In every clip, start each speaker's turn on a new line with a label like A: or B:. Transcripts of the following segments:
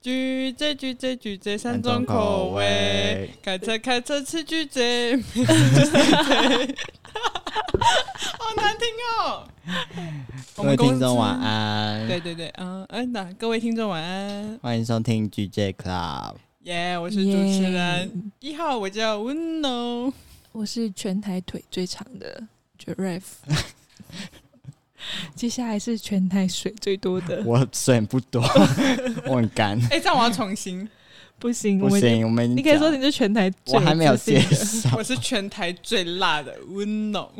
A: 橘子，橘子，橘子，三
B: 三种
A: 种
B: 口
A: 口味
B: 味。
A: 开车，开车吃橘子，每次吃橘子。好难听哦！我
B: 各
A: 们
B: 位
A: 公司
B: 听众晚。安，
A: 对对对，嗯嗯，那各位听众晚安，
B: 欢迎收听 GJ Club。
A: 耶、我是主持人一号，我叫温柔。
C: 我是全台腿最长的 giraffe，接下来是全台水最多的。
B: 我水不多，我很干，
A: 哎、这样我要重新，
C: 不行，
B: 不
C: 我们
B: 行，我们
C: 你可以说
B: 讲
C: 你是全台最
B: 我还没有
C: 自信
B: 介
C: 的
B: 绍，
A: 我是全台最辣的温柔。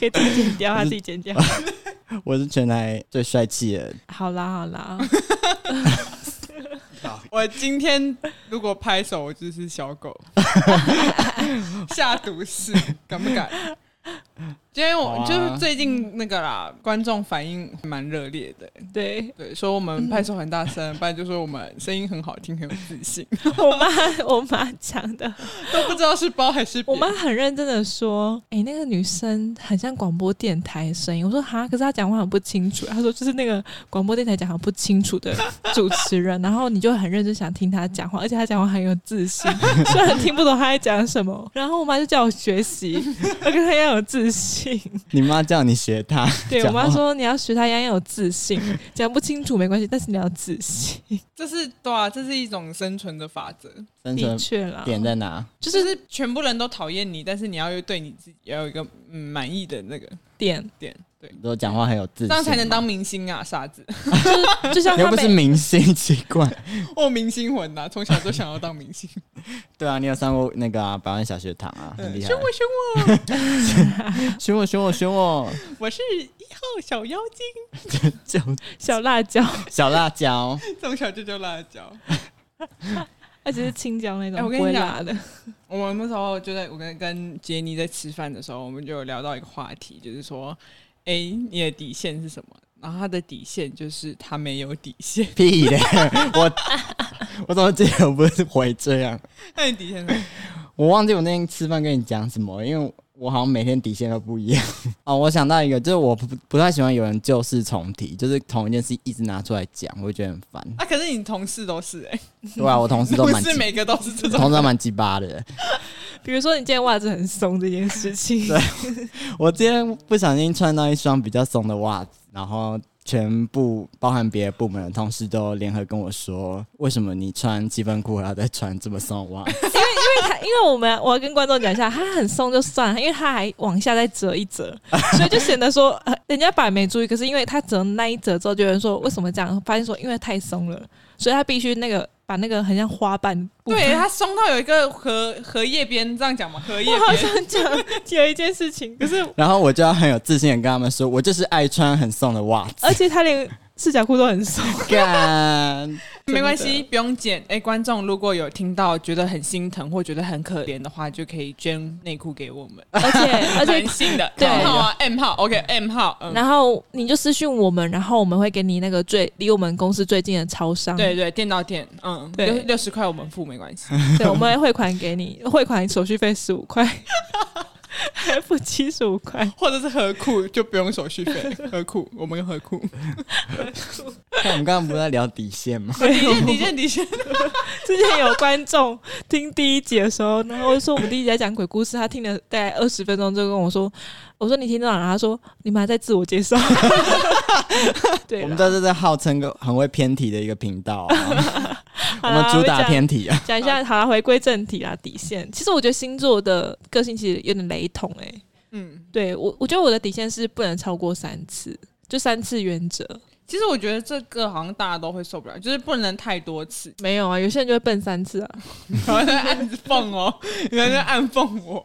C: 可以自己剪掉，他自己剪掉。
B: 我是全台最帅气的人。
C: 好啦好啦，
A: 我今天如果拍手，我就是小 狗，下毒誓，敢不敢？今天
B: 好
A: 我
B: 啊
A: 就是最近那个啦，观众反应蛮热烈的，
C: 对
A: 对，说我们拍手很大声，不然就说我们声音很好听，很有自信，
C: 我妈我妈讲的，
A: 都不知道是包还是
C: 我
A: 扁
C: 妈很认真的说，哎、那个女生很像广播电台的声音。我说哈，可是她讲话很不清楚。她说就是那个广播电台讲话不清楚的主持人，然后你就很认真想听她讲话，而且她讲话很有自信， 虽然听不懂她在讲什么。然后我妈就叫我学习，要跟她一样有自信。
B: 你妈叫你学她，
C: 对我
B: 讲话
C: 妈说你要学她一样要有自信，讲不清楚没关系，但是你要自信。
A: 这是对啊，这是一种生存的法则，
B: 生
C: 的
B: 存
C: 确啦，
B: 点在哪？
A: 就是全部人都讨厌你，但是你要对你自己也有一个嗯满意的那个
C: 点
A: 点，对，
B: 如果讲话很有自信，
A: 这样才能当。明星啊，傻子，
C: 就像
B: 又
C: 她
B: 不是
C: 每
B: 明星，奇怪。
A: 我哦明星魂呐、从小就想要当明星。
B: 对啊，你有上过那个啊，百万小学堂啊，很
A: 嗯
B: 厉害
A: 选。我选我，
B: 选我，选我，选我，
A: 我是一号小妖精，
B: 就
C: 小辣椒，
B: 小辣椒。
A: 从小就叫辣椒。
C: 而且是青椒那
A: 哎
C: 种
A: 我
C: 不
A: 跟你
C: 会
A: 讲
C: 辣的。
A: 我们那时候就在我跟跟杰尼在吃饭的时候，我们就有聊到一个话题，就是说，哎、你的底线是什么？然后他的底线就是他没有底线。
B: 屁嘞！我 我怎么记得我不是回这样？
A: 那你底线是什么？
B: 我忘记我那天吃饭跟你讲什么，因为我好像每天底线都不一样。 哦，我想到一个，就是我不不太喜欢有人旧事重提，就是同一件事一直拿出来讲，我会觉得很烦。
A: 啊，可是你同事都是哎、
B: 对啊，我同事 都
A: 不
B: 蛮哦
A: 是
B: 鸡，
A: 每个都是这种。
B: 同事都蛮鸡巴的。
C: 比如说你今天袜子很松这件事情，
B: 对我今天不小心穿到一双比较松的袜子，然后全部包含别的部门的同事都联合跟我说，为什么你穿七分裤还要再穿这么松的袜子？
C: 他 因为我们我要跟观众讲一下，它很松就算了，因为它还往下再折一折，所以就显得说、呃人家本来没注意，可是因为它折那一折之后，就有人说为什么这样？发现说因为太松了，所以它必须那个把那个很像花瓣的部分
A: 对， 他松到有一个荷荷叶边，这样讲嘛，荷叶
C: 我 好
A: 边。
C: 想讲有一件事情，可是
B: 然后我就要很有自信的跟他们说，我就是爱穿很松的袜子。
C: 而且它连四角裤都很松，
B: 干，
A: 没关系，不用剪。哎、观众如果有听到觉得很心疼或觉得很可怜的话，就可以捐内裤给我们。
C: 而且而且
A: 男性的
C: 对
A: M 号啊，M 号，OK，M 号，嗯，
C: 然后你就私讯我们，然后我们会给你那个最离我们公司最近的超商，
A: 对对，电到店，嗯，
C: 对
A: 六六十块我们付没关 系，
C: 对，我们会汇款给你，汇款手续费十五块， 还付七十五块。
A: 或者是合库就不用手续费， 合库我们跟合库，
B: 看我们刚刚不是在聊底线吗？
C: 对，
A: 底线底线，
C: 之前有观众听第一集的时候，然后说我们第一集在讲鬼故事，他听了大概二十分钟，就跟我说：“我说你听到哪？”他说：“你们还在自我介绍。” 对啦，
B: 我们这是在号称个很会偏题的一个频 道、啊，我
C: 好啦
B: 们主打。
C: 我
B: 偏题啊。
C: 讲讲一下，好啦，回归正题啦，底线。其实我觉得星座的个性其实有点雷同诶、欸
A: 嗯，
C: 对我，我觉得我的底线是不能超过三次，就三次原则。
A: 其实我觉得这个好像大家都会受不了，就是不能太多 次，
C: 没有啊，有些人就会笨三次啊。
A: 然后在暗讽哦，有人在暗讽我，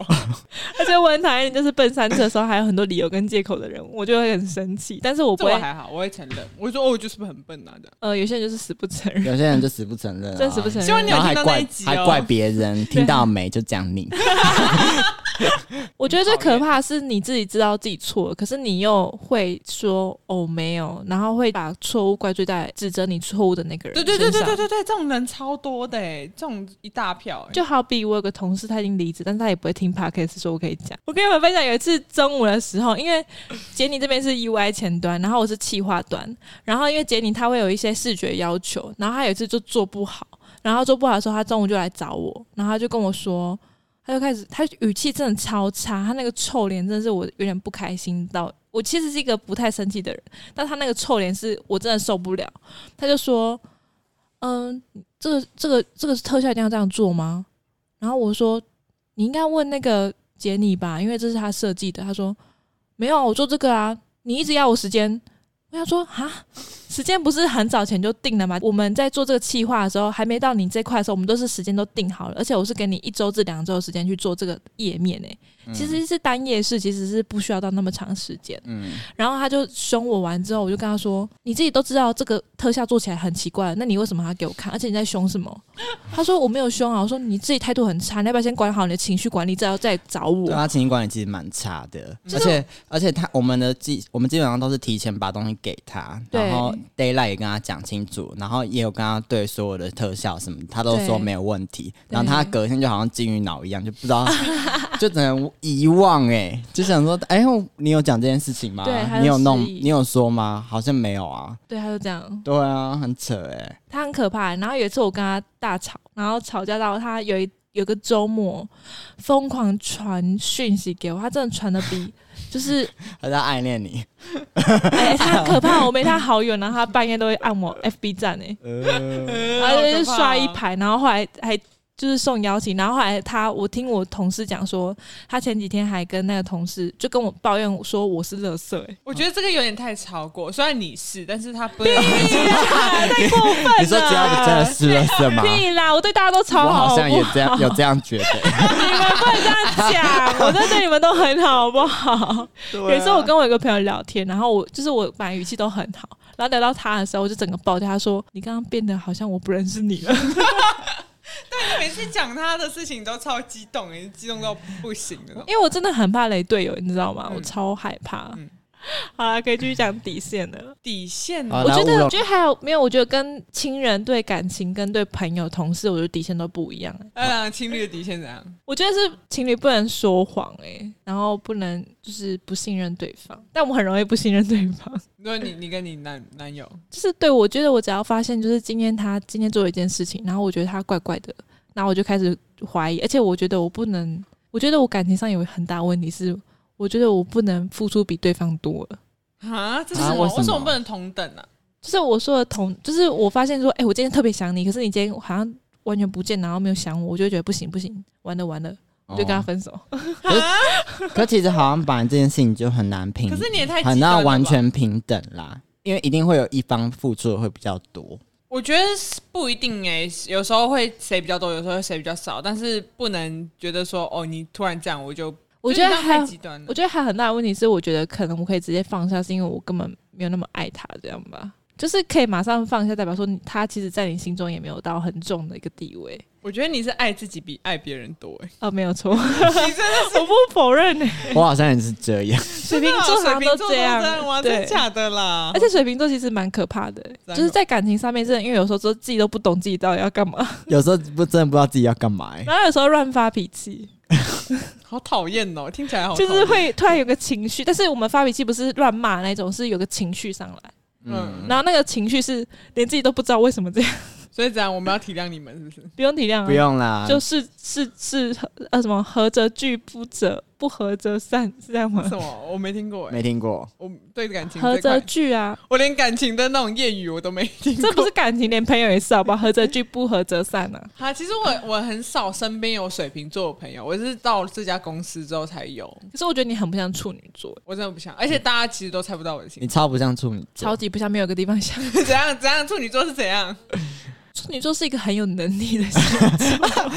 C: 而且我很讨厌就是笨三次的时候还有很多理由跟借口的人，我就会很生气。但是我不
A: 这我
C: 会，
A: 还好，我会承认，我就说哦，我就是不是很笨啊，这样，
C: 呃，有些人就是死不承认，
B: 有些人就死不承认、啊，
C: 真死不承
A: 希望
C: 认
A: 你。
B: 然后还
A: 有听到那一
B: 怪
A: 集哦
B: 还怪别人，听到没就讲你，
C: 我觉得最可怕的是你自己知道自己错了，可是你又会说哦没有，然后会会把错误怪罪在指责你错误的那个人
A: 对
C: 身
A: 对
C: 上。
A: 对对对对对，这种人超多的哎，这种一大票哎，
C: 就好比我有个同事，他已经离职，但他也不会听 podcast，说我可以讲。我跟你们分享，有一次中午的时候，因为杰尼这边是 UI 前端，然后我是企划端，然后因为杰尼他会有一些视觉要求，然后他有一次就做不好，然后做不好的时候，他中午就来找我，然后他就跟我说，他就开始，他语气真的超差，他那个臭脸真的是我有点不开心到，我其实是一个不太生气的人，但他那个臭脸是我真的受不了，他就说，嗯、这个这个这个是特效一定要这样做吗？然后我说你应该问那个杰尼吧，因为这是他设计的。他说没有，我做这个啊，你一直要我时间。我想说哈，时间不是很早前就定了吗？我们在做这个企划的时候，还没到你这块的时候，我们都是时间都定好了，而且我是给你一周至两周的时间去做这个页面诶、 其实是单页式，其实是不需要到那么长时间。
B: 嗯，
C: 然后他就凶我完之后，我就跟他说：“你自己都知道这个特效做起来很奇怪，那你为什么还给我看？而且你在凶什么？”他说：“我没有凶啊。”我说：“你自己态度很差，你要不要先管好你的情绪管理，再再找我
B: 对？”啊他情绪管理其实蛮差的，
C: 就
B: 而
C: 是
B: 且而且他我们的基我们基本上都是提前把东西给他，
C: 对
B: 然后 d a y l i g h t 也跟他讲清楚，然后也有跟他对所有的特效什么，他都说
C: 对
B: 没有问题，
C: 对
B: 然后他隔天就好像金鱼脑一样，就不知 道就只能遗忘哎、就想说哎、你有讲这件事情吗
C: 对他？就
B: 你有弄
C: 失忆
B: 你有说吗？好像没有啊，
C: 对，他就这样，
B: 对啊，很扯哎、
C: 他很可怕。然后有一次我跟他大吵，然后吵架到他有一有个周末疯狂传讯息给我，他真的传的比就是
B: 他在暗恋你，
C: 哎、他很可怕，我没他好友，然后他半夜都会按我 FB 站哎、
B: 呃，
C: 然后就
A: 好可
C: 是
A: 怕哦
C: 刷一排，然后后来还就是送邀请，然后后来他，我听我同事讲说，他前几天还跟那个同事就跟我抱怨说我是垃圾、欸，
A: 我觉得这个有点太超过，虽然你是，但是他不 能。
C: 欸太过分了。
B: 你说只要你真的失了是吗？
C: 啊 屁啦！我对大家都超
B: 我
C: 好，
B: 好 像也这样有
C: 好
B: 这样 觉得。
C: 不能这样讲，我真的对你们都很好，好不好？有一次我跟我一个朋友聊天，然后我就是我本来语气都很好，然后聊到他的时候，我就整个爆掉，他说：“你刚刚变得好像我不认识你了。”
A: 每次讲他的事情都超激动，也激动到不行的。
C: 因为我真的很怕雷队友，你知道吗？
A: 嗯
C: 我超害怕。
A: 嗯
C: 好啦，可以继续讲 底线了。
A: 底线
B: 好
C: 我
B: 啦
C: 觉
B: 乌
C: 得，
B: 龙
C: 我觉得还有没有？我觉得跟亲人对感情跟对朋友、同事，我觉得底线都不一样、欸
A: 当然，呃情侣的底线怎样？
C: 我觉得是情侣不能说谎，哎，然后不能就是不信任对方，但我们很容易不信任对方。
A: 你说你你跟你男男友，
C: 就是对我觉得我只要发现，就是今天他今天做了一件事情，然后我觉得他怪怪的，然后我就开始怀疑，而且我觉得我不能，我觉得我感情上有很大问题是，我觉得我不能付出比对方多了。
A: 啊，这是
B: 啊
A: 什么？
B: 为什么
A: 为什么不能同等啊？
C: 就是我说的同，就是我发现说，哎、我今天特别想你，可是你今天好像完全不见，然后没有想我，我就会觉得不行不行，完了完了，
B: 哦
C: 我就跟他分手。
B: 可其实好像本来这件事情就很难平，
A: 可是你也太
B: 很
A: 极端
B: 难
A: 了吧
B: 完全平等啦，因为一定会有一方付出的会比较 多。
A: 我觉得是不一定诶、有时候会谁比较多，有时候谁比较少，但是不能觉得说哦，你突然这样我就，
C: 我
A: 就是
C: 觉得
A: 这样
C: 还
A: 太，极端了
C: 我。觉得还很大的问题是，我觉得可能我可以直接放下，是因为我根本没有那么爱他，这样吧。就是可以马上放下，代表说你他其实在你心中也没有到很重的一个地位。
A: 我觉得你是爱自己比爱别人多欸 诶、
C: 哦，没有错，
A: 啊
C: 我不否认呢、
B: 我好像也是 这样，
C: 水啊瓶座好像
A: 瓶座
C: 这样，
A: 哇，
C: 对
A: 真假的啦
C: 而。且水瓶座其实蛮可怕的、
A: 真的
C: 就是在感情上面，真的因为有时候说自己都不懂自己到底要干嘛，
B: 有时候不真的不知道自己要干嘛、欸。
C: 然后有时候乱发脾气，
A: 好讨厌哦，听起来好讨
C: 就
A: 厌
C: 是会突然有个情绪。但是我们发脾气不是乱骂那种，是有个情绪上来，
A: 嗯
B: 嗯，
C: 然后那个情绪是连自己都不知道为什么这样，
A: 所以这样我们要体谅你们，是不是？
C: 不用体谅、啊，
B: 不，用啦，
C: 就是是是呃什么合则聚，不则不合则散，是这样吗
A: 什？么？我没听过哎、
B: 没听过。
A: 我对感情
C: 合
A: 这
C: 则
A: 块，
C: 聚啊，
A: 我连感情的那种谚语我都没听过。
C: 这不是感情，连朋友也是好不好？合则聚，不合则散啊。
A: 啊，其实我我很少身边有水瓶座的朋友，我是到这家公司之后才有。
C: 可是我觉得你很不像处女座，
A: 我真的不想，而且大家其实都猜不到我的星
B: 你超不像处女
C: 超
B: 座，
C: 级不像，没有一个地方像。
A: 座， 怎样怎样？处女座是怎样？
C: 处女座是一个很有能力的
A: 哎
C: 星座，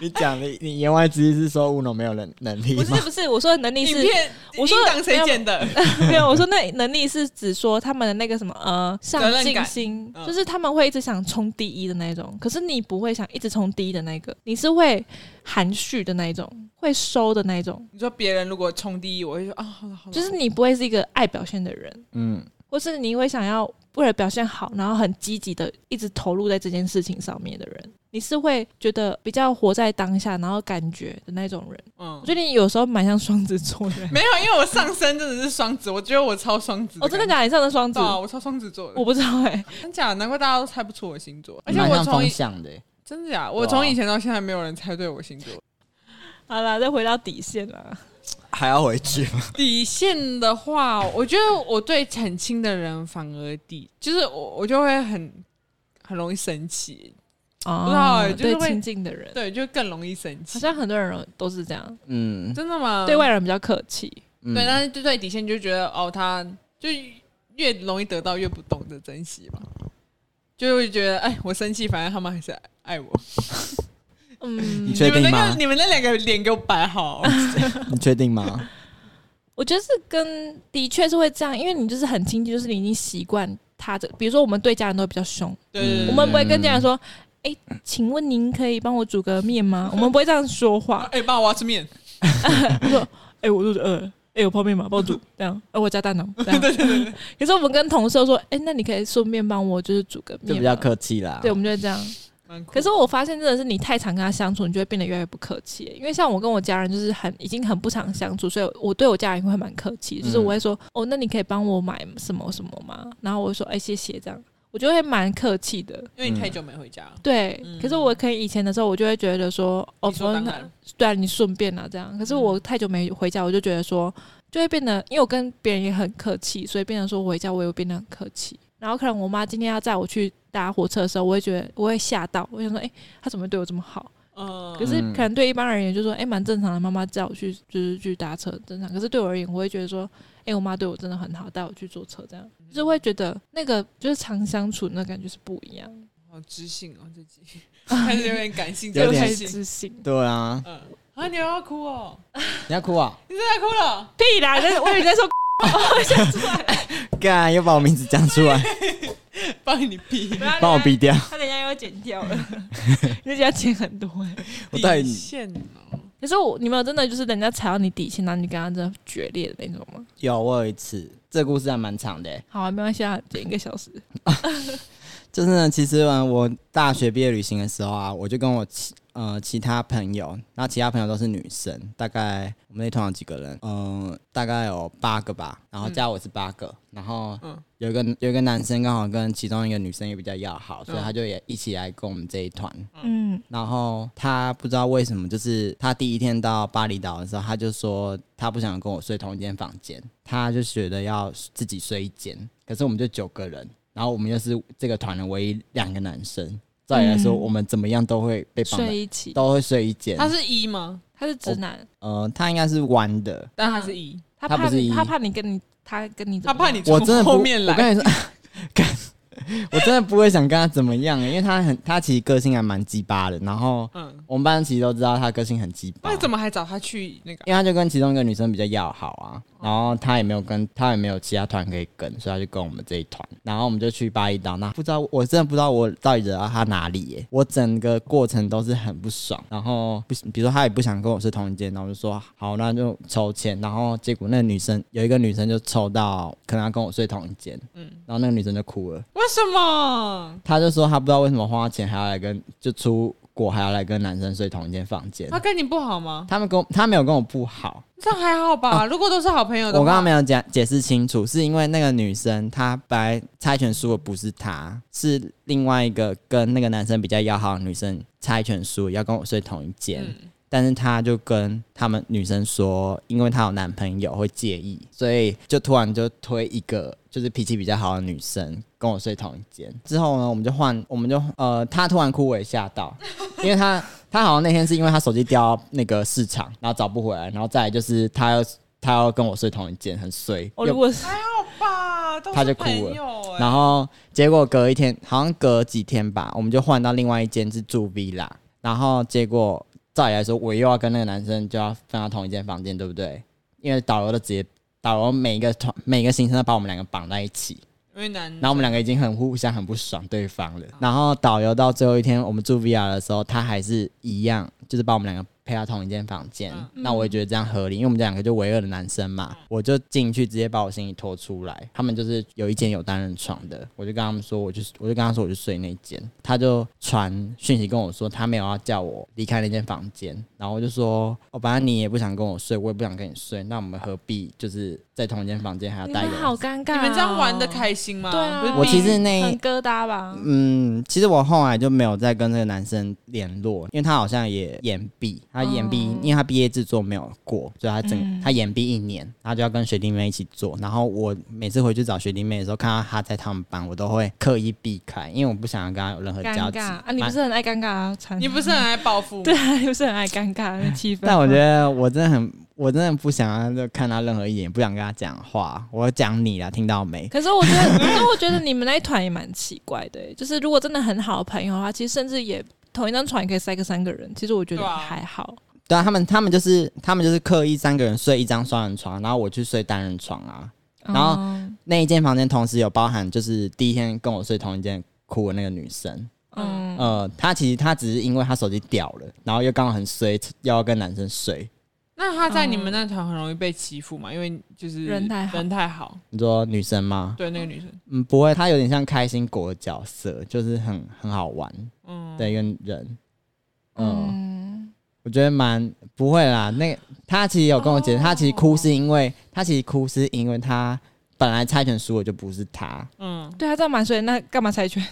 B: 你讲的你言外之意是说乌龙没有能能力
C: 不
B: 吗
C: 是？不是，我说的能力
A: 影
C: 是
A: 片
C: 我说
A: 音档谁剪的？
C: 没有，我说那能力是指说他们的那个什么呃上
A: 责任
C: 进
A: 感
C: 心，
A: 嗯
C: 就是他们会一直想冲第一的那一种，可是你不会想一直冲第一的那个，你是会含蓄的那一种，会收的那一种，
A: 你说别人如果冲第一，我会说啊，好了好了，
C: 就是你不会是一个爱表现的人，
B: 嗯，
C: 或是你会想要为了表现好，然后很积极的一直投入在这件事情上面的人，你是会觉得比较活在当下，然后感觉的那种人。
A: 嗯
C: 我，觉得你有时候蛮像双子座 的。
A: 没有，因为我上身真的是双子，我觉得我超双子。
C: 我、真的？假的？你上的双 子
A: 对？啊，我超双子座的
C: 我。不知道哎、
A: 真假？难怪大家都猜不出我星座，而且
B: 蛮
A: 我
B: 像
A: 从
B: 风
A: 以
B: 向的欸，
A: 真的假？我
B: 啊
A: 从以前到现在没有人猜对我星座。
C: 好啦，再回到底线啦。
B: 还要回去吗？
A: 底线的话，我觉得我对很亲的人反而底，就是我我就会很很容易生气，不知道欸就是
C: 哦对
A: 会
C: 亲近的人，
A: 对，就更容易生
C: 好
A: 气。
C: 像很多人都是这样，
B: 嗯，
A: 真的吗？
C: 对外人比较客气。
B: 嗯
A: 对，但是就对底线就觉得哦，他就越容易得到，越不懂得珍惜嘛，就会觉得哎，我生气，反正他们还是爱我。
C: 嗯
B: 你，确定
A: 你们那
B: 吗
A: 个？你们那两个脸给我摆 好，
C: 嗯
B: 你确定吗？
C: 我觉得是跟的确是会这样，因为你就是很亲近，就是你已经习惯他这。比如说我们对家人都比较凶，
A: 对对
B: 嗯
A: 对，
C: 我
A: 对
C: 们不会跟家人说：“哎、请问您可以帮我煮个面 吗？”我们不会这样说话。
A: 哎，爸，我要吃面。
C: 哎、我肚子饿了。哎、有泡面吗？帮我煮，这样。哎、我加蛋哦。 这样对对对。可是我们跟同事说：“哎、那你可以顺便帮我就是煮个面。”
B: 就比较。客气啦。
C: 对，我们就会这样。
A: 蛮酷
C: 可是我发现，真的是你太常跟他相处，你就会变得越来越不客气。因为像我跟我家人就是很已经很不常相处，所以我对我家人会蛮客气，就是
A: 嗯
C: 我会说、哦，那你可以帮我买什么什么吗？然后我会说哎、谢谢这样，我就会蛮客气的。
A: 因为你太久没回家，
C: 对，
A: 嗯
C: 可是我可以以前的时候，我就会觉得说哦，
A: 理所当
C: 那
A: 然
C: 对啊，你顺便啊这样。可是
A: 嗯
C: 我太久没回家，我就觉得说就会变得，因为我跟别人也很客气，所以变成说我回家我也会变得很客气。然后可能我妈今天要载我去搭火车的时候，我会觉得我会吓到，我想说，哎、她怎么对我这么好？
A: 嗯，
C: 可是可能对一般人而言，就说，哎、蛮正常的，妈妈叫我去就是去搭车正常。可是对我而言，我会觉得说，哎、我妈对我真的很好，带我去坐车这样，就是会觉得那个就是常相处那感觉是不一样，
A: 好知性哦，自己 开始有点感性，
B: 有
A: 这
C: 就
B: 点
C: 开
A: 个性，
C: 始自信。
B: 对啊，
A: 嗯，啊，你要哭哦，
B: 你要哭啊！
A: 你真的哭了，
C: 屁啦！那我以为你在 说
B: 干，又把我名字讲出 来，
A: 放你屁！
B: 帮我逼，掉。
C: 他等一下又要剪掉 了，人家剪很多哎、
A: 欸
B: 我带
A: 底
B: 你
A: 线哦，
C: 可是我你们有真的就是人家踩到你底线，然后你跟他真的决裂的那种吗？
B: 有，我有一次，这故事还蛮长的欸、
C: 好啊，没关系啊，剪一个小时。
B: 就是呢，其实啊，我大学毕业旅行的时候啊，我就跟我其呃其他朋友，然后其他朋友都是女生，大概我们那团有几个人，嗯、大概有八个吧，然后加我是八个，然后
A: 嗯
B: 有一个有一个男生刚好跟其中一个女生也比较要好，所以
A: 嗯
B: 他就也一起来跟我们这一团。
C: 嗯，
B: 然后他不知道为什么，就是他第一天到巴厘岛的时候，他就说他不想跟我睡同一间房间，他就觉得要自己睡一间。可是我们就九个人，然后我们又是这个团的唯一两个男生。照理来说，
C: 嗯
B: 我们怎么样都会被绑在，
C: 睡一起，
B: 都会睡一间。
A: 他是一吗？
C: 他是直男，
B: 呃，他应该是弯的，
A: 但他是一，
C: 他
B: 他
C: 怕
B: 不是
C: 你，
B: 一
C: 他怕你跟你，他跟你怎
A: 他
C: 么样，
A: 怕你
B: 我
A: 从
B: 真的不
A: 后面
B: 我
A: 来，
B: 跟你说， 干我真的不会想跟他怎么样、因为他很，他其实个性还蛮鸡巴的。然后
A: 嗯，
B: 我们班其实都知道他个性很鸡巴。
A: 那怎么还找他去那个？
B: 因为他就跟其中一个女生比较要好啊，然后他也没有跟他也没有其他团可以跟，所以他就跟我们这一团，然后我们就去巴厘岛。那不知道我真的不知道我到底惹到他哪里耶、我整个过程都是很不爽。然后不，比如说他也不想跟我睡同一间，然后我就说好，那就抽签。然后结果那个女生有一个女生就抽到可能要跟我睡同一间，嗯，然后那个女生就哭了，
A: 为什么？
B: 她就说她不知道为什么花钱还要来跟就出国还要来跟男生睡同一间房间
A: 他。跟你不好吗？
B: 他们跟我他没有跟我不好，
A: 这样还好吧？如果都是好朋友的话，
B: 哦我刚刚没有讲解释清楚，是因为那个女生她本来猜拳输的不是她，是另外一个跟那个男生比较要好的女生猜拳输，要跟我睡同一间。
A: 嗯
B: 但是她就跟他们女生说，因为她有男朋友会介意，所以就突然就推一个就是脾气比较好的女生跟我睡同一间。之后呢，我们就换，我们就呃，她突然哭我也吓到， 因为她她好像那天是因为她手机掉到那个市场，然后找不回来，然后再来就是她要她要跟我睡同一间，很衰。
C: 我
B: 又
C: 哦如果是
A: 还好吧？都是
B: 他就哭了
A: 朋友哎，
B: 然后结果隔一天，好像隔几天吧，我们就换到另外一间是住 villa，然后结果照理来说，我又要跟那个男生就要分到同一间房间，对不对？因为导游都直接导游每一个团每一个行程都把我们两个绑在一起，
A: 因为男，
B: 然后我们两个已经很互相很不爽对方了。然后导游到最后一天我们住 villa 的时候，他还是一样，就是把我们两个陪他同一间房间，
A: 嗯
B: 那我也觉得这样合理，因为我们这两个就唯二的男生嘛，我就进去直接把我行李拖出来。他们就是有一间有单人床的，我就跟他们说，我就我就跟他说我就睡那间，他就传讯息跟我说他没有要叫我离开那间房间，然后我就说，哦，反正你也不想跟我睡，我也不想跟你睡，那我们何必就是在同一间房间还要
C: 你
B: 待一
C: 们
B: 个人
C: 好尴尬、啊
A: 你们这样玩的，开心吗？
C: 对啊
A: 不是
B: 我其
A: 逼
B: 实那
C: 很疙瘩吧？
B: 嗯，其实我后来就没有再跟这个男生联络，因为他好像也延毕，他延毕，
C: 哦
B: 因为他毕业制作没有过，所以他整、
C: 嗯
B: 他延毕一年，他就要跟学弟妹一起做。然后我每次回去找学弟妹的时候，看到他在他们班，我都会刻意避开，因为我不想要跟他有任何
C: 尴
B: 交集。
C: 尬啊！你不
B: 蛮
C: 是很爱尴尬啊？惨
A: 你不是很爱报复？
C: 对啊，你不是很爱尴尬的气氛？
B: 但我觉得我真的很，我真的不想要看他任何一眼，不想跟他讲话。我讲你啦，听到没？
C: 可是我觉得， 可是我觉得你们那一团也蛮奇怪的欸、就是如果真的很好的朋友的话，其实甚至也同一张床也可以塞个三个人，其实我觉得
A: 对啊
C: 还好。
B: 对啊，他们他们就是他们就是刻意三个人睡一张双人床，然后我去睡单人床啊。然后
C: 嗯
B: 那一间房间同时有包含，就是第一天跟我睡同一间哭的那个女生，
C: 嗯，
B: 呃，她其实她只是因为她手机掉了，然后又刚好很衰，要跟男生睡。
A: 那他在你们那团很容易被欺负嘛？因为就是
C: 人太
A: 嗯
C: 好
A: 人太好，
B: 你说女生吗？
A: 对那个女生，
B: 嗯，不会，她有点像开心果的角色，就是很很好玩
A: 嗯，
B: 的一个人。嗯，
C: 嗯，
B: 我觉得蛮不会啦。那个她其实有跟我解释，
A: 哦
B: 她其实哭是因为她其实哭是因为她本来猜拳输我就不是她。
A: 嗯，
C: 对啊他这样蛮衰，那干嘛猜拳？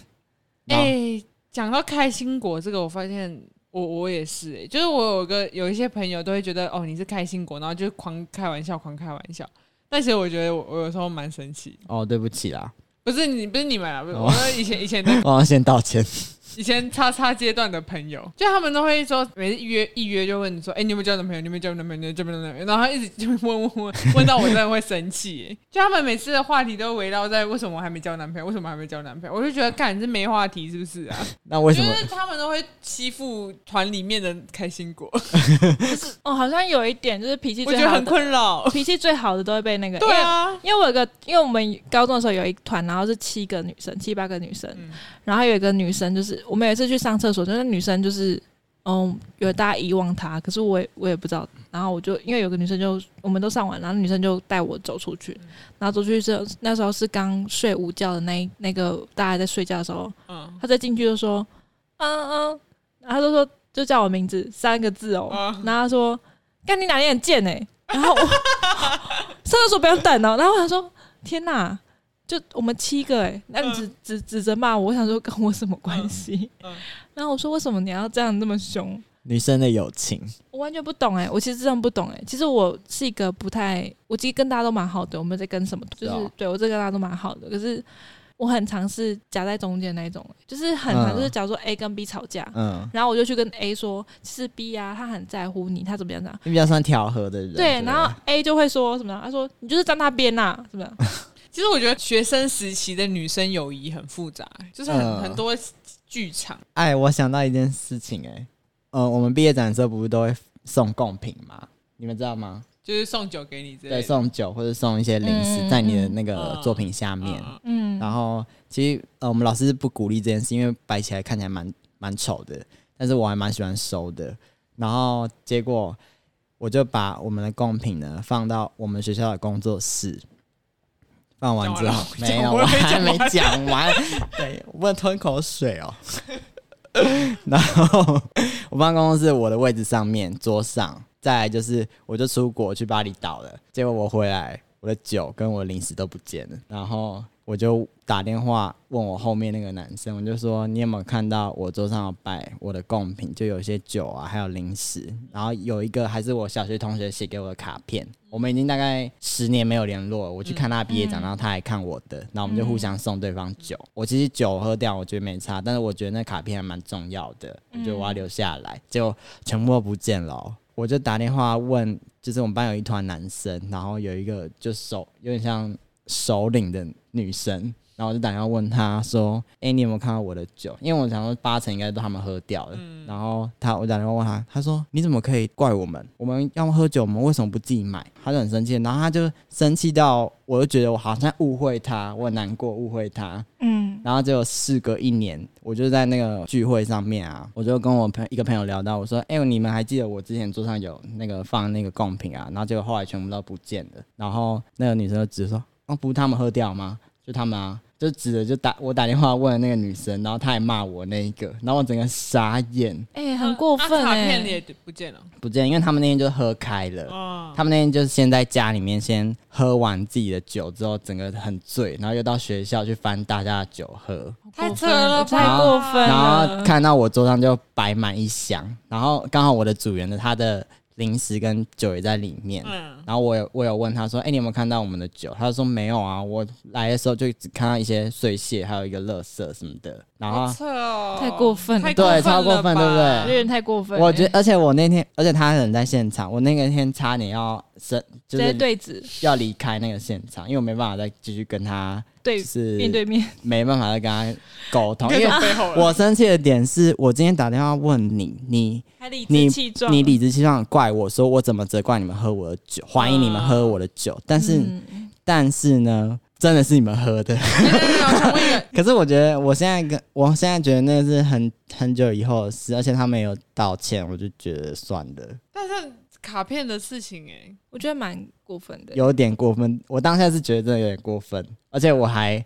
A: 哎、
B: 然后
A: 讲到开心果这个，我发现我我也是、哎，就是我有个有一些朋友都会觉得哦你是开心果，然后就狂开玩笑，狂开玩笑。但其实我觉得我我有时候蛮生气，
B: 哦，对不起啦，
A: 不是你不是你们啊，不是、
B: 哦
A: 我说以前以前的
B: 我要先道歉。
A: 以前叉叉阶段的朋友，就他们都会说，每次约一约就问你说，哎、你有没有交男朋友？你有没有交男朋友？你有没有交男朋友？然后他一直就问问问问到我真的会生气、哎就他们每次的话题都围绕在为什么我还没交男朋友，为什么还没交男朋友？我就觉得，干你是没话题是不是啊？
B: 那为什
A: 就
B: 么？
A: 是他们都会欺负团里面的开心 果，
C: 哦，好像有一点就是脾气
A: 我觉
C: 最
A: 得
C: 好
A: 很
C: 的，
A: 困扰。
C: 脾气最好的都会被那个。
A: 对啊，
C: 因为，因为我有个，因为我们高中的时候有一团，然后是七个女生，七八个女生，
A: 嗯
C: 然后有一个女生，就是我们有一次去上厕所，就是女生就是，嗯，有大家遗忘她，可是我也我也不知道。然后我就因为有个女生就我们都上完，然后女生就带我走出去，然后走出去之后，那时候是刚睡午觉的那一那个大家在睡觉的时候，
A: 嗯
C: 她再进去就说，嗯嗯，然后她就说就叫我名字三个字哦，
A: 嗯
C: 然后她说干你哪里很贱哎、然后我 上厕所不用等哦，然后我想说天哪。就我们七个哎、那你指、指指着骂我，我想说跟我什么关系？
A: 嗯嗯嗯
C: 然后我说为什么你要这样那么凶？
B: 女生的友情，
C: 我完全不懂哎、我其实真的不懂哎、其实我是一个不太，我其实跟大家都蛮好的，我没有在跟什么，就是是、
B: 哦
C: 对我这跟大家都蛮好的，可是我很常是夹在中间那一种、欸就是很常
B: 嗯
C: 就是假如说 A 跟 B 吵架，
B: 嗯，
C: 然后我就去跟 A 说，其实 B 啊他很在乎你，他怎么样怎么样。
B: 你比较算调和的人。
C: 对，
B: 不
C: 然后 A 就会说什么？他说你就是站他边呐、啊，怎么样？
A: 其实我觉得学生时期的女生友谊很复杂，就是很、
B: 嗯
A: 很多剧场。
B: 哎，我想到一件事情、哎，呃，我们毕业展的时候不是都会送贡品吗？你们知道吗？
A: 就是送酒给你之类
B: 对，
A: 的，
B: 送酒或者送一些零
C: 嗯
B: 食
C: 嗯
B: 在你的那个
A: 嗯
B: 作品下面。
A: 嗯
C: 嗯，
B: 然后其实呃，我们老师是不鼓励这件事，因为摆起来看起来蛮蛮丑的，但是我还蛮喜欢收的。然后结果我就把我们的贡品呢放到我们学校的工作室。放完之后，
A: 讲完了
B: 没有，
A: 我以
B: 我
A: 为
B: 还
A: 讲完
B: 没讲完。对，我不能吞口水哦。 然后我办公室我的位置上面桌上，再来就是我就出国去巴厘岛了，结果我回来，我的酒跟我的零食都不见了，然后我就打电话问我后面那个男生，我就说你有没有看到我桌上有摆我的贡品，就有一些酒啊，还有零食，然后有一个还是我小学同学写给我的卡片。我们已经大概十年没有联络了。我去看他毕业展，
C: 嗯
B: 然后他来看我的，然后我们就互相送对方酒。我其实酒喝掉，我觉得没差，但是我觉得那卡片还蛮重要的，我觉得我要留下来。结果全部都不见了哦。我就打电话问，就是我们班有一团男生，然后有一个就手有点像首领的女生，然后我就打电话问她说：“哎、你有没有看到我的酒？”因为我想说八成应该都他们喝掉了。然后她我打电话问她，她说：“你怎么可以怪我们？我们要么喝酒，我们为什么不自己买？”她就很生气，然后她就生气到我就觉得我好像误会她，我很难过误会她。
C: 嗯，
B: 然后结果事隔一年，我就在那个聚会上面啊，我就跟我朋一个朋友聊到，我说：“哎、你们还记得我之前桌上有那个放那个贡品啊？”然后结果后来全部都不见了。然后那个女生就直说：“哦，不是他们喝掉吗？就他们啊。”就指着就打我打电话问了那个女生，然后她还骂我那一个，然后我整个傻眼
C: 哎、很过分
A: 啊卡
C: 哎、
A: 片也不见了。
B: 不见，因为他们那天就喝开了。
A: 哦，
B: 他们那天就是先在家里面先喝完自己的酒之后，整个很醉，然后又到学校去翻大家的酒喝，
A: 太扯了吧
C: 太过
A: 嗯
C: 分
B: 然后
C: 了。
B: 看到我桌上就摆满一箱，然后刚好我的组员的他的零食跟酒也在里面，
A: 嗯，
B: 然后我有我有问他说，哎、你有没有看到我们的酒？他就说没有啊，我来的时候就只看到一些碎屑，还有一个垃圾什么的，然后
A: 好。扯哦，
C: 太过分了
A: 太
B: 啊对超过分
A: 了吧哎
B: 对不对
C: 有点太过
A: 欸
C: 分了，
B: 我觉得，而且我那天，而且他人在现场，我那个天差点要生，就
C: 直接
B: 是
C: 对子
B: 要离开那个现场，因为我没办法再继续跟他
C: 对
B: 是
C: 面对面，
B: 没办法再跟他沟通，因
A: 你
B: 为
A: 看背后了
B: 我生气的点是我今天打电话问你，你
C: 还理
B: 你
C: 直气壮，
B: 你理直气壮地怪我说我怎么责怪你们喝我的酒，怀疑你们喝我的酒，但是、
C: 啊嗯
B: 但是呢，真的是你们喝的。
A: 没有没有没有，哎我想问一个，
B: 可是我觉得我现在跟我现在觉得那是很很久以后的事，而且他们有道歉，我就觉得算了，
A: 但是卡片的事情哎，
C: 我觉得蛮过分的。
B: 有点过分。我当下是觉得真的有点过分，而且我还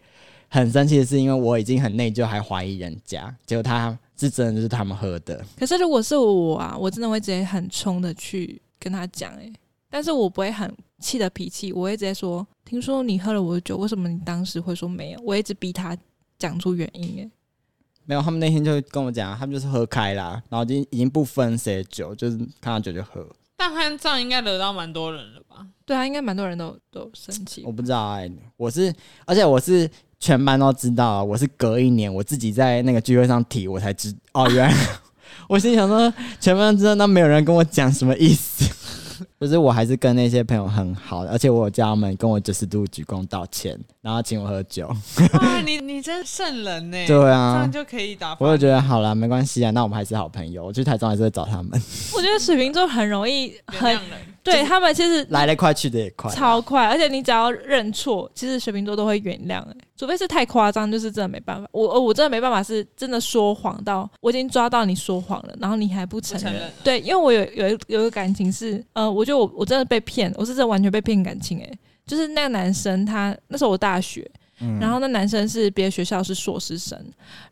B: 很生气的是，因为我已经很内疚，还怀疑人家，结果他是真的就是他们喝的。
C: 可是如果是我啊，我真的会直接很冲的去跟他讲哎、但是我不会很气的脾气，我会直接说：“听说你喝了我的酒，为什么你当时会说没有？”我会一直逼他讲出原因哎、
B: 没有，他们那天就跟我讲，他们就是喝开啦，然后已经已经不分谁的酒，就是看到酒就喝。
A: 但他这样应该惹到蛮多人了 吧？
C: 对啊，应该蛮多人都都生气
B: 我。不知道哎、我是，而且我是全班都知道啊，我是隔一年我自己在那个聚会上提，我才知哦，原来 我心想说，全班都知道，那没有人跟我讲什么意思。 就是我还是跟那些朋友很好的，而且我有叫他们跟我九十度鞠躬道歉，然后请我喝酒。
A: 哇，你你真圣人
C: 哎
A: 呢，
B: 对
A: 这
B: 啊
A: 样，就可以打发。
B: 我就觉得好啦，没关系啊，那我们还是好朋友。我去台中还是会找他们，
C: 我觉得水瓶座很容易很
A: 原谅人
C: 对他们，其实
B: 来得快去得也快啊。
C: 超快，而且你只要认错，其实水瓶座都会原谅、欸，除非是太夸张，就是真的没办法。我呃我真的没办法，是真的说谎到我已经抓到你说谎了，然后你还不承
A: 不承
C: 认。
A: 认，
C: 对，因为我有有一有一个感情是，呃，我觉得我我真的被骗，我是真的完全被骗感情、欸，就是那个男生他那时候我大学，
B: 嗯
C: 然后那男生是别的学校是硕士生，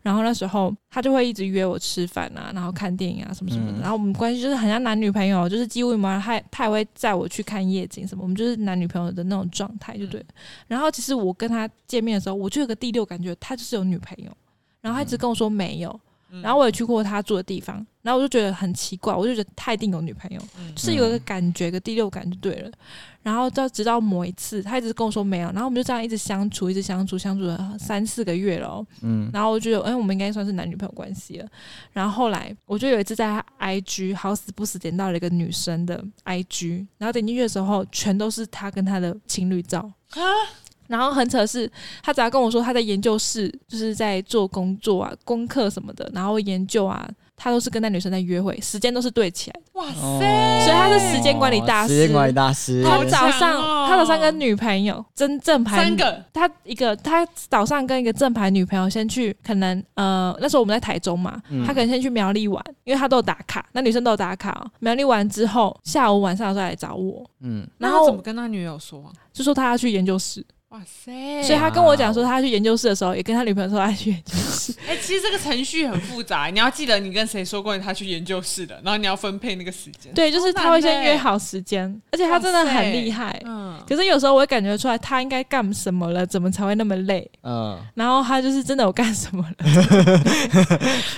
C: 然后那时候他就会一直约我吃饭啊，然后看电影啊什么什么的，
B: 嗯
C: 然后我们关系就是很像男女朋友，就是几乎没有他他也会载我去看夜景什么，我们就是男女朋友的那种状态，就
B: 嗯
C: 对了。然后其实我跟他见面的时候，我就有个第六感觉，他就是有女朋友，然后他一直跟我说没有，
A: 嗯
C: 然后我也去过他住的地方，然后我就觉得很奇怪，我就觉得他一定有女朋友，
A: 嗯
C: 就是有一个感觉，一个第六感就对了。然后到直到某一次，他一直跟我说没有，然后我们就这样一直相处，一直相处，相处了三四个月了哦、
B: 嗯，
C: 然后我就觉得，哎、我们应该算是男女朋友关系了。然后后来，我就有一次在他 IG 好死不死点到了一个女生的 IG，然后点进去的时候，全都是他跟他的情侣照。
A: 啊
C: 然后很扯的是，他只要跟我说他在研究室就是在做工作啊、功课什么的，然后研究啊，他都是跟那女生在约会，时间都是对起来的。
A: 哇
B: 哦
A: 塞，
C: 所以他是时间管理大师
B: 时间管理大师，
C: 他
A: 好强
C: 早上，
A: 哦
C: 他早上跟女朋友真正牌
A: 三个
C: 他一个他早上跟一个正牌女朋友先去，可能呃那时候我们在台中嘛，
B: 嗯
C: 他可能先去苗栗玩，因为他都有打卡，那女生都有打卡、哦。苗栗玩之后，下午晚上的时候来找我，
B: 嗯，
A: 那
C: 然
A: 他怎么
C: 后
A: 跟他女友说啊？
C: 就说他要去研究室，
A: 哇塞！
C: 所以他跟我讲说他去研究室的时候，也跟他女朋友说他去研究室。
A: 哎、其实这个程序很复杂，你要记得你跟谁说过他去研究室的，然后你要分配那个时间。，
C: 对，就是他会先
A: 好难欸
C: 约好时间，而且他真的
A: 哇塞
C: 很厉害。
A: 嗯，
C: 可是有时候我会感觉出来他应该干什么了，怎么才会那么累？
B: 嗯，
C: 然后他就是真的有干什么 了。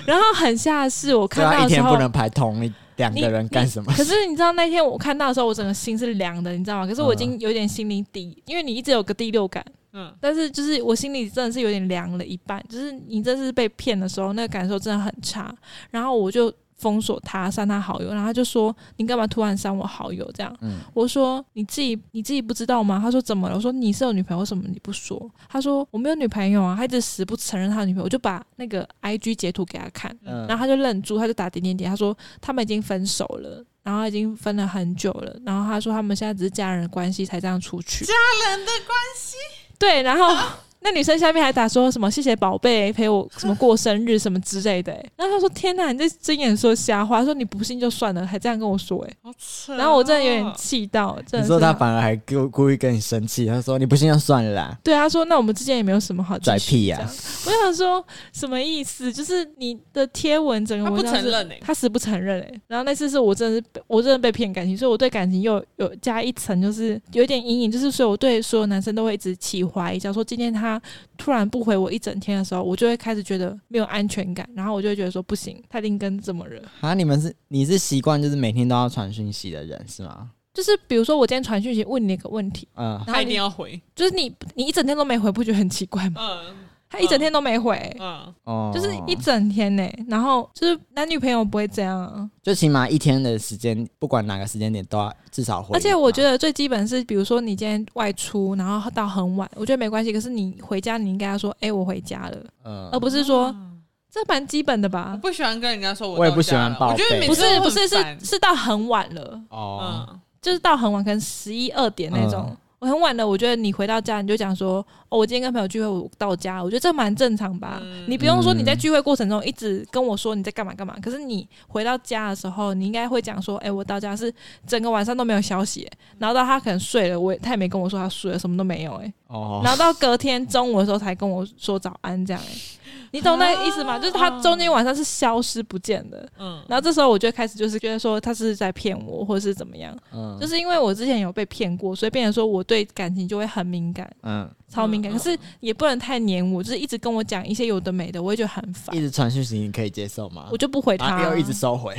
C: 然后很吓的是，我
B: 对
C: 看
B: 啊
C: 到
B: 一
C: 的时
B: 天
C: 候
B: 不，能排同一两个人干什么？
C: 可是你知道那天我看到的时候，我整个心是凉的，你知道吗？可是我已
B: 嗯
C: 经有点心里底，因为你一直有个第六感，
A: 嗯，
C: 但是就是我心里真的是有点凉了一半，就是你这次被骗的时候，那个感受真的很差。然后我就封锁他，删他好友，然后他就说你干嘛突然删我好友这样？
B: 嗯
C: 我说你自己你自己不知道吗？他说怎么了？我说你是有女朋友，为什么你不说？他说我没有女朋友啊，他一直死不承认他有女朋友，我就把那个 I G 截图给他看，
B: 嗯，
C: 然后他就愣住，他就打点点点，他说他们已经分手了，然后已经分了很久了，然后他说他们现在只是家人的关系才这样出去，
A: 家人的关系
C: 对，然后那女生下面还打说什么谢谢宝贝陪我什么过生日什么之类的、欸。然后他说天哪，你这睁眼说瞎话，她说你不信就算了，还这样跟我说哎、
A: 好扯哦
C: 然后我真的有点气到，真
B: 你
C: 的
B: 说
C: 是
B: 他反而还故故意跟你生气，他说你不信就算了啦，
C: 对他说那我们之间也没有什么好继续
B: 拽屁啊呀、
C: 这样我想说什么意思？就是你的贴文整个
A: 他不
C: 文章是
A: 承认欸
C: 他死不承认哎、然后那次是我真的是被我真的被骗感情，所以我对感情又有加一层，就是有一点阴影，就是所以我对所有男生都会一直起怀疑。假如说今天他突然不回我一整天的时候，我就会开始觉得没有安全感，然后我就会觉得说不行，他一定跟怎么人。
B: 啊，你们是你是习惯就是每天都要传讯息的人是吗？
C: 就是比如说我今天传讯息问你一个问题，
B: 嗯，
C: 然后
A: 他一定
C: 你
A: 要回，
C: 就是你你一整天都没回，不觉得很奇怪吗？
A: 哦嗯
C: 他一整天都没回、
A: 嗯，
B: 哦，
C: 就是一整天呢、然后就是男女朋友不会这样啊，
B: 就起码一天的时间，不管哪个时间点都要至少回。
C: 而且我觉，得最基本是，比如说你今天外出，然后到很晚，我觉得没关系。可是你回家，你应该要说：“哎、我回家了。”
B: 嗯
C: 呃而不是说
A: 嗯
C: 这蛮基本的
A: 我
C: 吧？
A: 不喜欢跟人家说我，
B: 我也不喜欢报
A: 我觉得
B: 备
A: 每
C: 不
A: 次
C: 是
A: 都
C: 不
A: 很
C: 是
A: 烦
C: 是是到很晚了，
B: 哦，
A: 嗯，
C: 就是到很晚，可能十一二点那种。
B: 嗯
C: 我很晚了，我觉得你回到家你就讲说：“哦，我今天跟朋友聚会，我到家。”我觉得这蛮正常吧。
A: 嗯
C: 你不用说你在
B: 嗯
C: 聚会过程中一直跟我说你在干嘛干嘛，可是你回到家的时候，你应该会讲说：“哎、我到家是整个晚上都没有消息、然后到他可能睡了，我也他也没跟我说他睡了，什么都没有、哎。
B: 哦，
C: 然后到隔天中午的时候才跟我说早安，这样、欸，你懂那个意思吗？就是他中间晚上是消失不见的，
A: 嗯
C: 然后这时候我就开始就是觉得说他是在骗我，或者是怎么样，
B: 嗯，
C: 就是因为我之前有被骗过，所以变成说我对感情就会很敏感，
B: 嗯，
C: 超敏感，
A: 嗯
C: 可是也不能太黏我，就是一直跟我讲一些有的没的，我会觉得很烦
B: 一，直传讯息，你可以接受吗？
C: 我就不回
B: 啊
C: 他，哎
B: 又一直收回，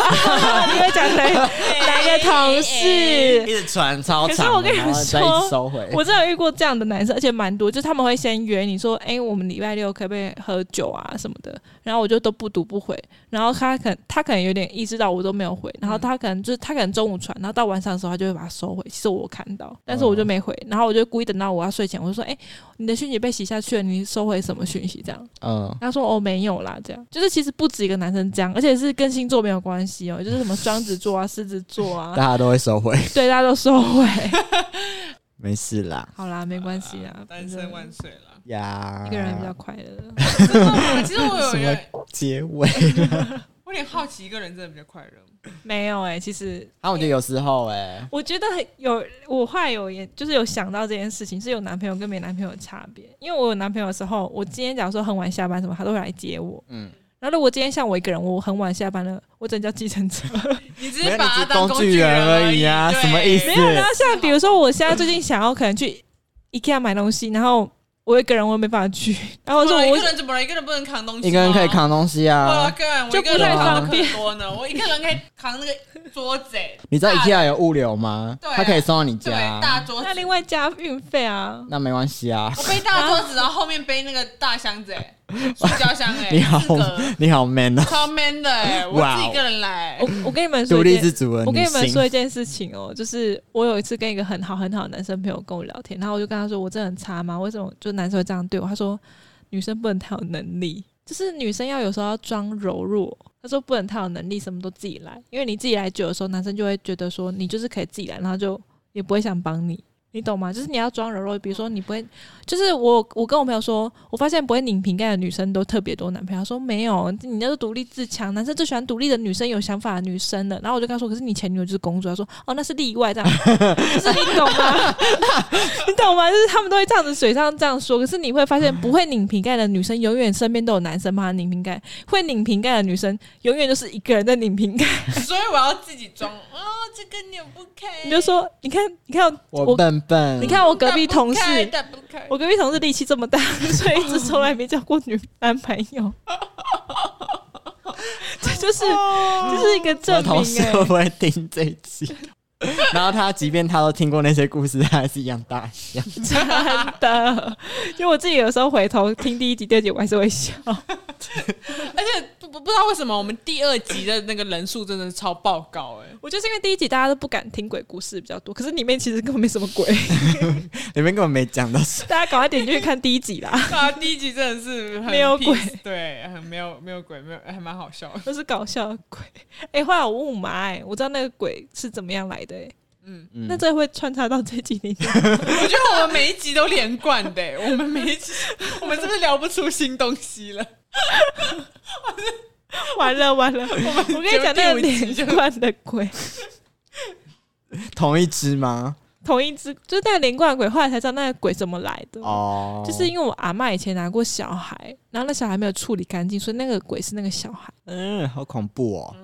C: 你会讲谁哪个同 事
B: 一？直传超
C: 哎可
B: 长的，
C: 是我跟你
B: 然后再
C: 说
B: 一直收回，
C: 我真的有遇过这样的男生，而且蛮多，就是他们会先约你说，哎、我们礼拜六可不可以喝酒啊什么的，然后我就都不读不回，然后他可能他可能有点意识到我都没有回，然后他可能就是他可能中午传，然后到晚上的时候他就会把它收回，其实我有看到，但是我就没回，然后我就故意等到我要睡前，我就说，哎、你的讯息被洗下去了，你收回什么讯息这样？
B: 嗯，
C: 他说：“哦，没有啦，这样就是其实不止一个男生这样，而且是跟星座没有关系哦，就是什么双子座啊、狮子座啊
B: 大，家都会收回，
C: 对，大家都收回。
B: 没事啦
C: 好啦，没关系啦，
A: 单
C: 反
A: 身
C: 正
A: 万岁啦！
B: 呀。
C: 一个人比
B: 啊
C: 较快乐。
A: 真的吗其实我有
B: 什么
A: 点，
B: 结尾，
A: 我有点好奇，一个人真的比较快乐吗。
C: 没有哎、其实
B: 啊，我觉得有时候哎，
C: 我觉得很有，我后来有也就是有想到这件事情，是有男朋友跟没男朋友的差别。因为我有男朋友的时候，我今天假如说很晚下班什么，他都会来接我。
B: 嗯，
C: 然后如果今天像我一个人，我很晚下班了，我真的叫计 程车。
A: 你只
B: 没有
A: 是把
B: 你
A: 他
B: 只
A: 当
B: 工
A: 具
B: 具人而
A: 已
B: 已啊
A: 对
B: 什么意思
C: 没有，然后像比如说我现在最近想要可能去 IKEA 买东西，然后我一个人我也没办法去，然
A: 我
C: 后我说
B: 哦
A: 说一
C: 我
A: 个人怎么了？一个人不能扛东西，
B: 一个人可以。扛东西
A: 我
B: 啊。
A: 个人我
C: 就
A: 一个人
B: 不太
A: 扛
B: 方
A: 可多呢，我一个人可以扛那个桌子，哎
B: 你知道
A: 大
B: IKEA 有物流吗？
A: 对啊
B: 它可以送到你
A: 对
B: 家，
A: 大桌子
C: 那，另外加运费啊，
B: 那没关系啊。
A: 我背大桌子，然后后面背那个大箱子，哎，塑胶箱，哎，
B: 你好
A: 四个，
B: 你好 man 哦，
A: 超 man 的，哎，我
B: 哇哦
A: 自己一个人来
C: 我，我跟你们说
B: 独
C: 一件
B: 立自主的
C: 我跟
B: 女
C: 你们
B: 性
C: 说一件事情哦，就是我有一次跟一个很好很好的男生朋友跟我聊天，然后我就跟他说我真的很差吗？为什么就男生会这样对我？他说女生不能太有能力，就是女生要有时候要装柔弱。他说不能太有能力，什么都自己来，因为你自己来久的时候，男生就会觉得说你就是可以自己来，然后就也不会想帮你。你懂吗？就是你要装柔弱，比如说你不会，就是我我跟我朋友说，我发现不会拧瓶盖的女生都特别多男朋友。她说没有，你那是独立自强，男生最喜欢独立的女生，有想法的女生的。然后我就跟他说，可是你前女友就是公主。他说哦，那是例外，这样， 就是你懂吗？ 你懂吗？就是他们都会这样子嘴上这样说，可是你会发现，不会拧瓶盖的女生永远身边都有男生帮她拧瓶盖，会拧瓶盖的女生永远就是一个人在拧瓶盖。
B: 哦
A: 所以我要自己装。哦，这个扭不开，
C: 你就说，你看，你看
B: 我笨笨，
C: 你看我隔壁
A: 打不
C: 同
A: 开
C: 事，
A: 打不开
C: 我隔壁同事力气这么大， 所以一直从来没交过女男朋友。这就是这是一个
B: 我的
C: 证
B: 同
C: 明
B: 事
C: 哎、
B: 会不会听这一集？ 然后他即便他都听过那些故事，他还是一样大笑。
C: 真的。就我自己有时候回头听第一集、第二集，我还是会笑。
A: 而且不不不知道为什么我们第二集的那个人数真的是超爆高哎、
C: 我就是因为第一集大家都不敢听鬼故事比较多，可是里面其实根本没什么鬼，
B: 里面根本没讲到什
C: 大家赶快点进去看第一集 啦，
A: 对 啊，第一集真的是很
C: 没有
A: peace，
C: 鬼
A: 对，很没有没有鬼，没有还蛮好笑的。
C: 欸都是搞笑的鬼。哎、后来我问我妈、哎，我知道那个鬼是怎么样来的、哎，
A: 嗯，
B: 嗯
C: 那这会穿插到这几年，
A: 我觉得我们每一集都连贯的、欸我们每一 集，我们是不是聊不出新东西了？
C: 完了完了，我跟你讲那个连贯的鬼，
B: 同一只吗？
C: 同一只就是那个连贯的鬼，后来才知道那个鬼怎么来的。
B: 哦，
C: 就是因为我阿嬷以前拿过小孩，然后那小孩没有处理干净，所以那个鬼是那个小孩。
B: 嗯，好恐怖哦。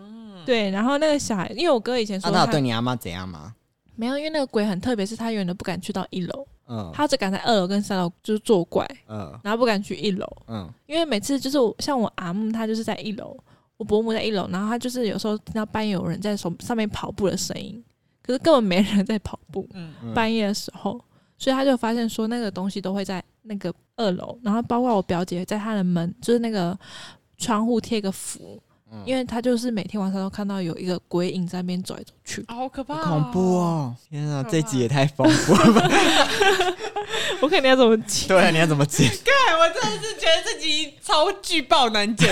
C: 对，然后那个小孩，因为我哥以前
B: 啊那
C: 说
B: 他有
C: 他
B: 对你阿妈怎样吗？
C: 没有，因为那个鬼很特别，是他永远都不敢去到一楼，
B: 嗯
C: 他只敢在二楼跟三楼就是作怪，
B: 嗯
C: 然后不敢去一楼，
B: 嗯
C: 因为每次就是我像我阿姆，他就是在一楼，我伯母在一楼，然后他就是有时候听到半夜有人在手上面跑步的声音，可是根本没人在跑步，
A: 嗯，
B: 嗯
C: 半夜的时候，所以他就发现说那个东西都会在那个二楼，然后包括我表姐在她的门，就是那个窗户贴一个符，
B: 嗯
C: 因为她就是每天晚上都看到有一个鬼影在那边走来走去。
A: 好可怕、
B: 好恐怖！哦！天啊，
A: 可怕
B: 这集也太丰富了 吧！
C: 我看你要怎么讲，
B: 对啊，你要怎么解？
A: 哎，我真的是觉得自己超巨爆难剪。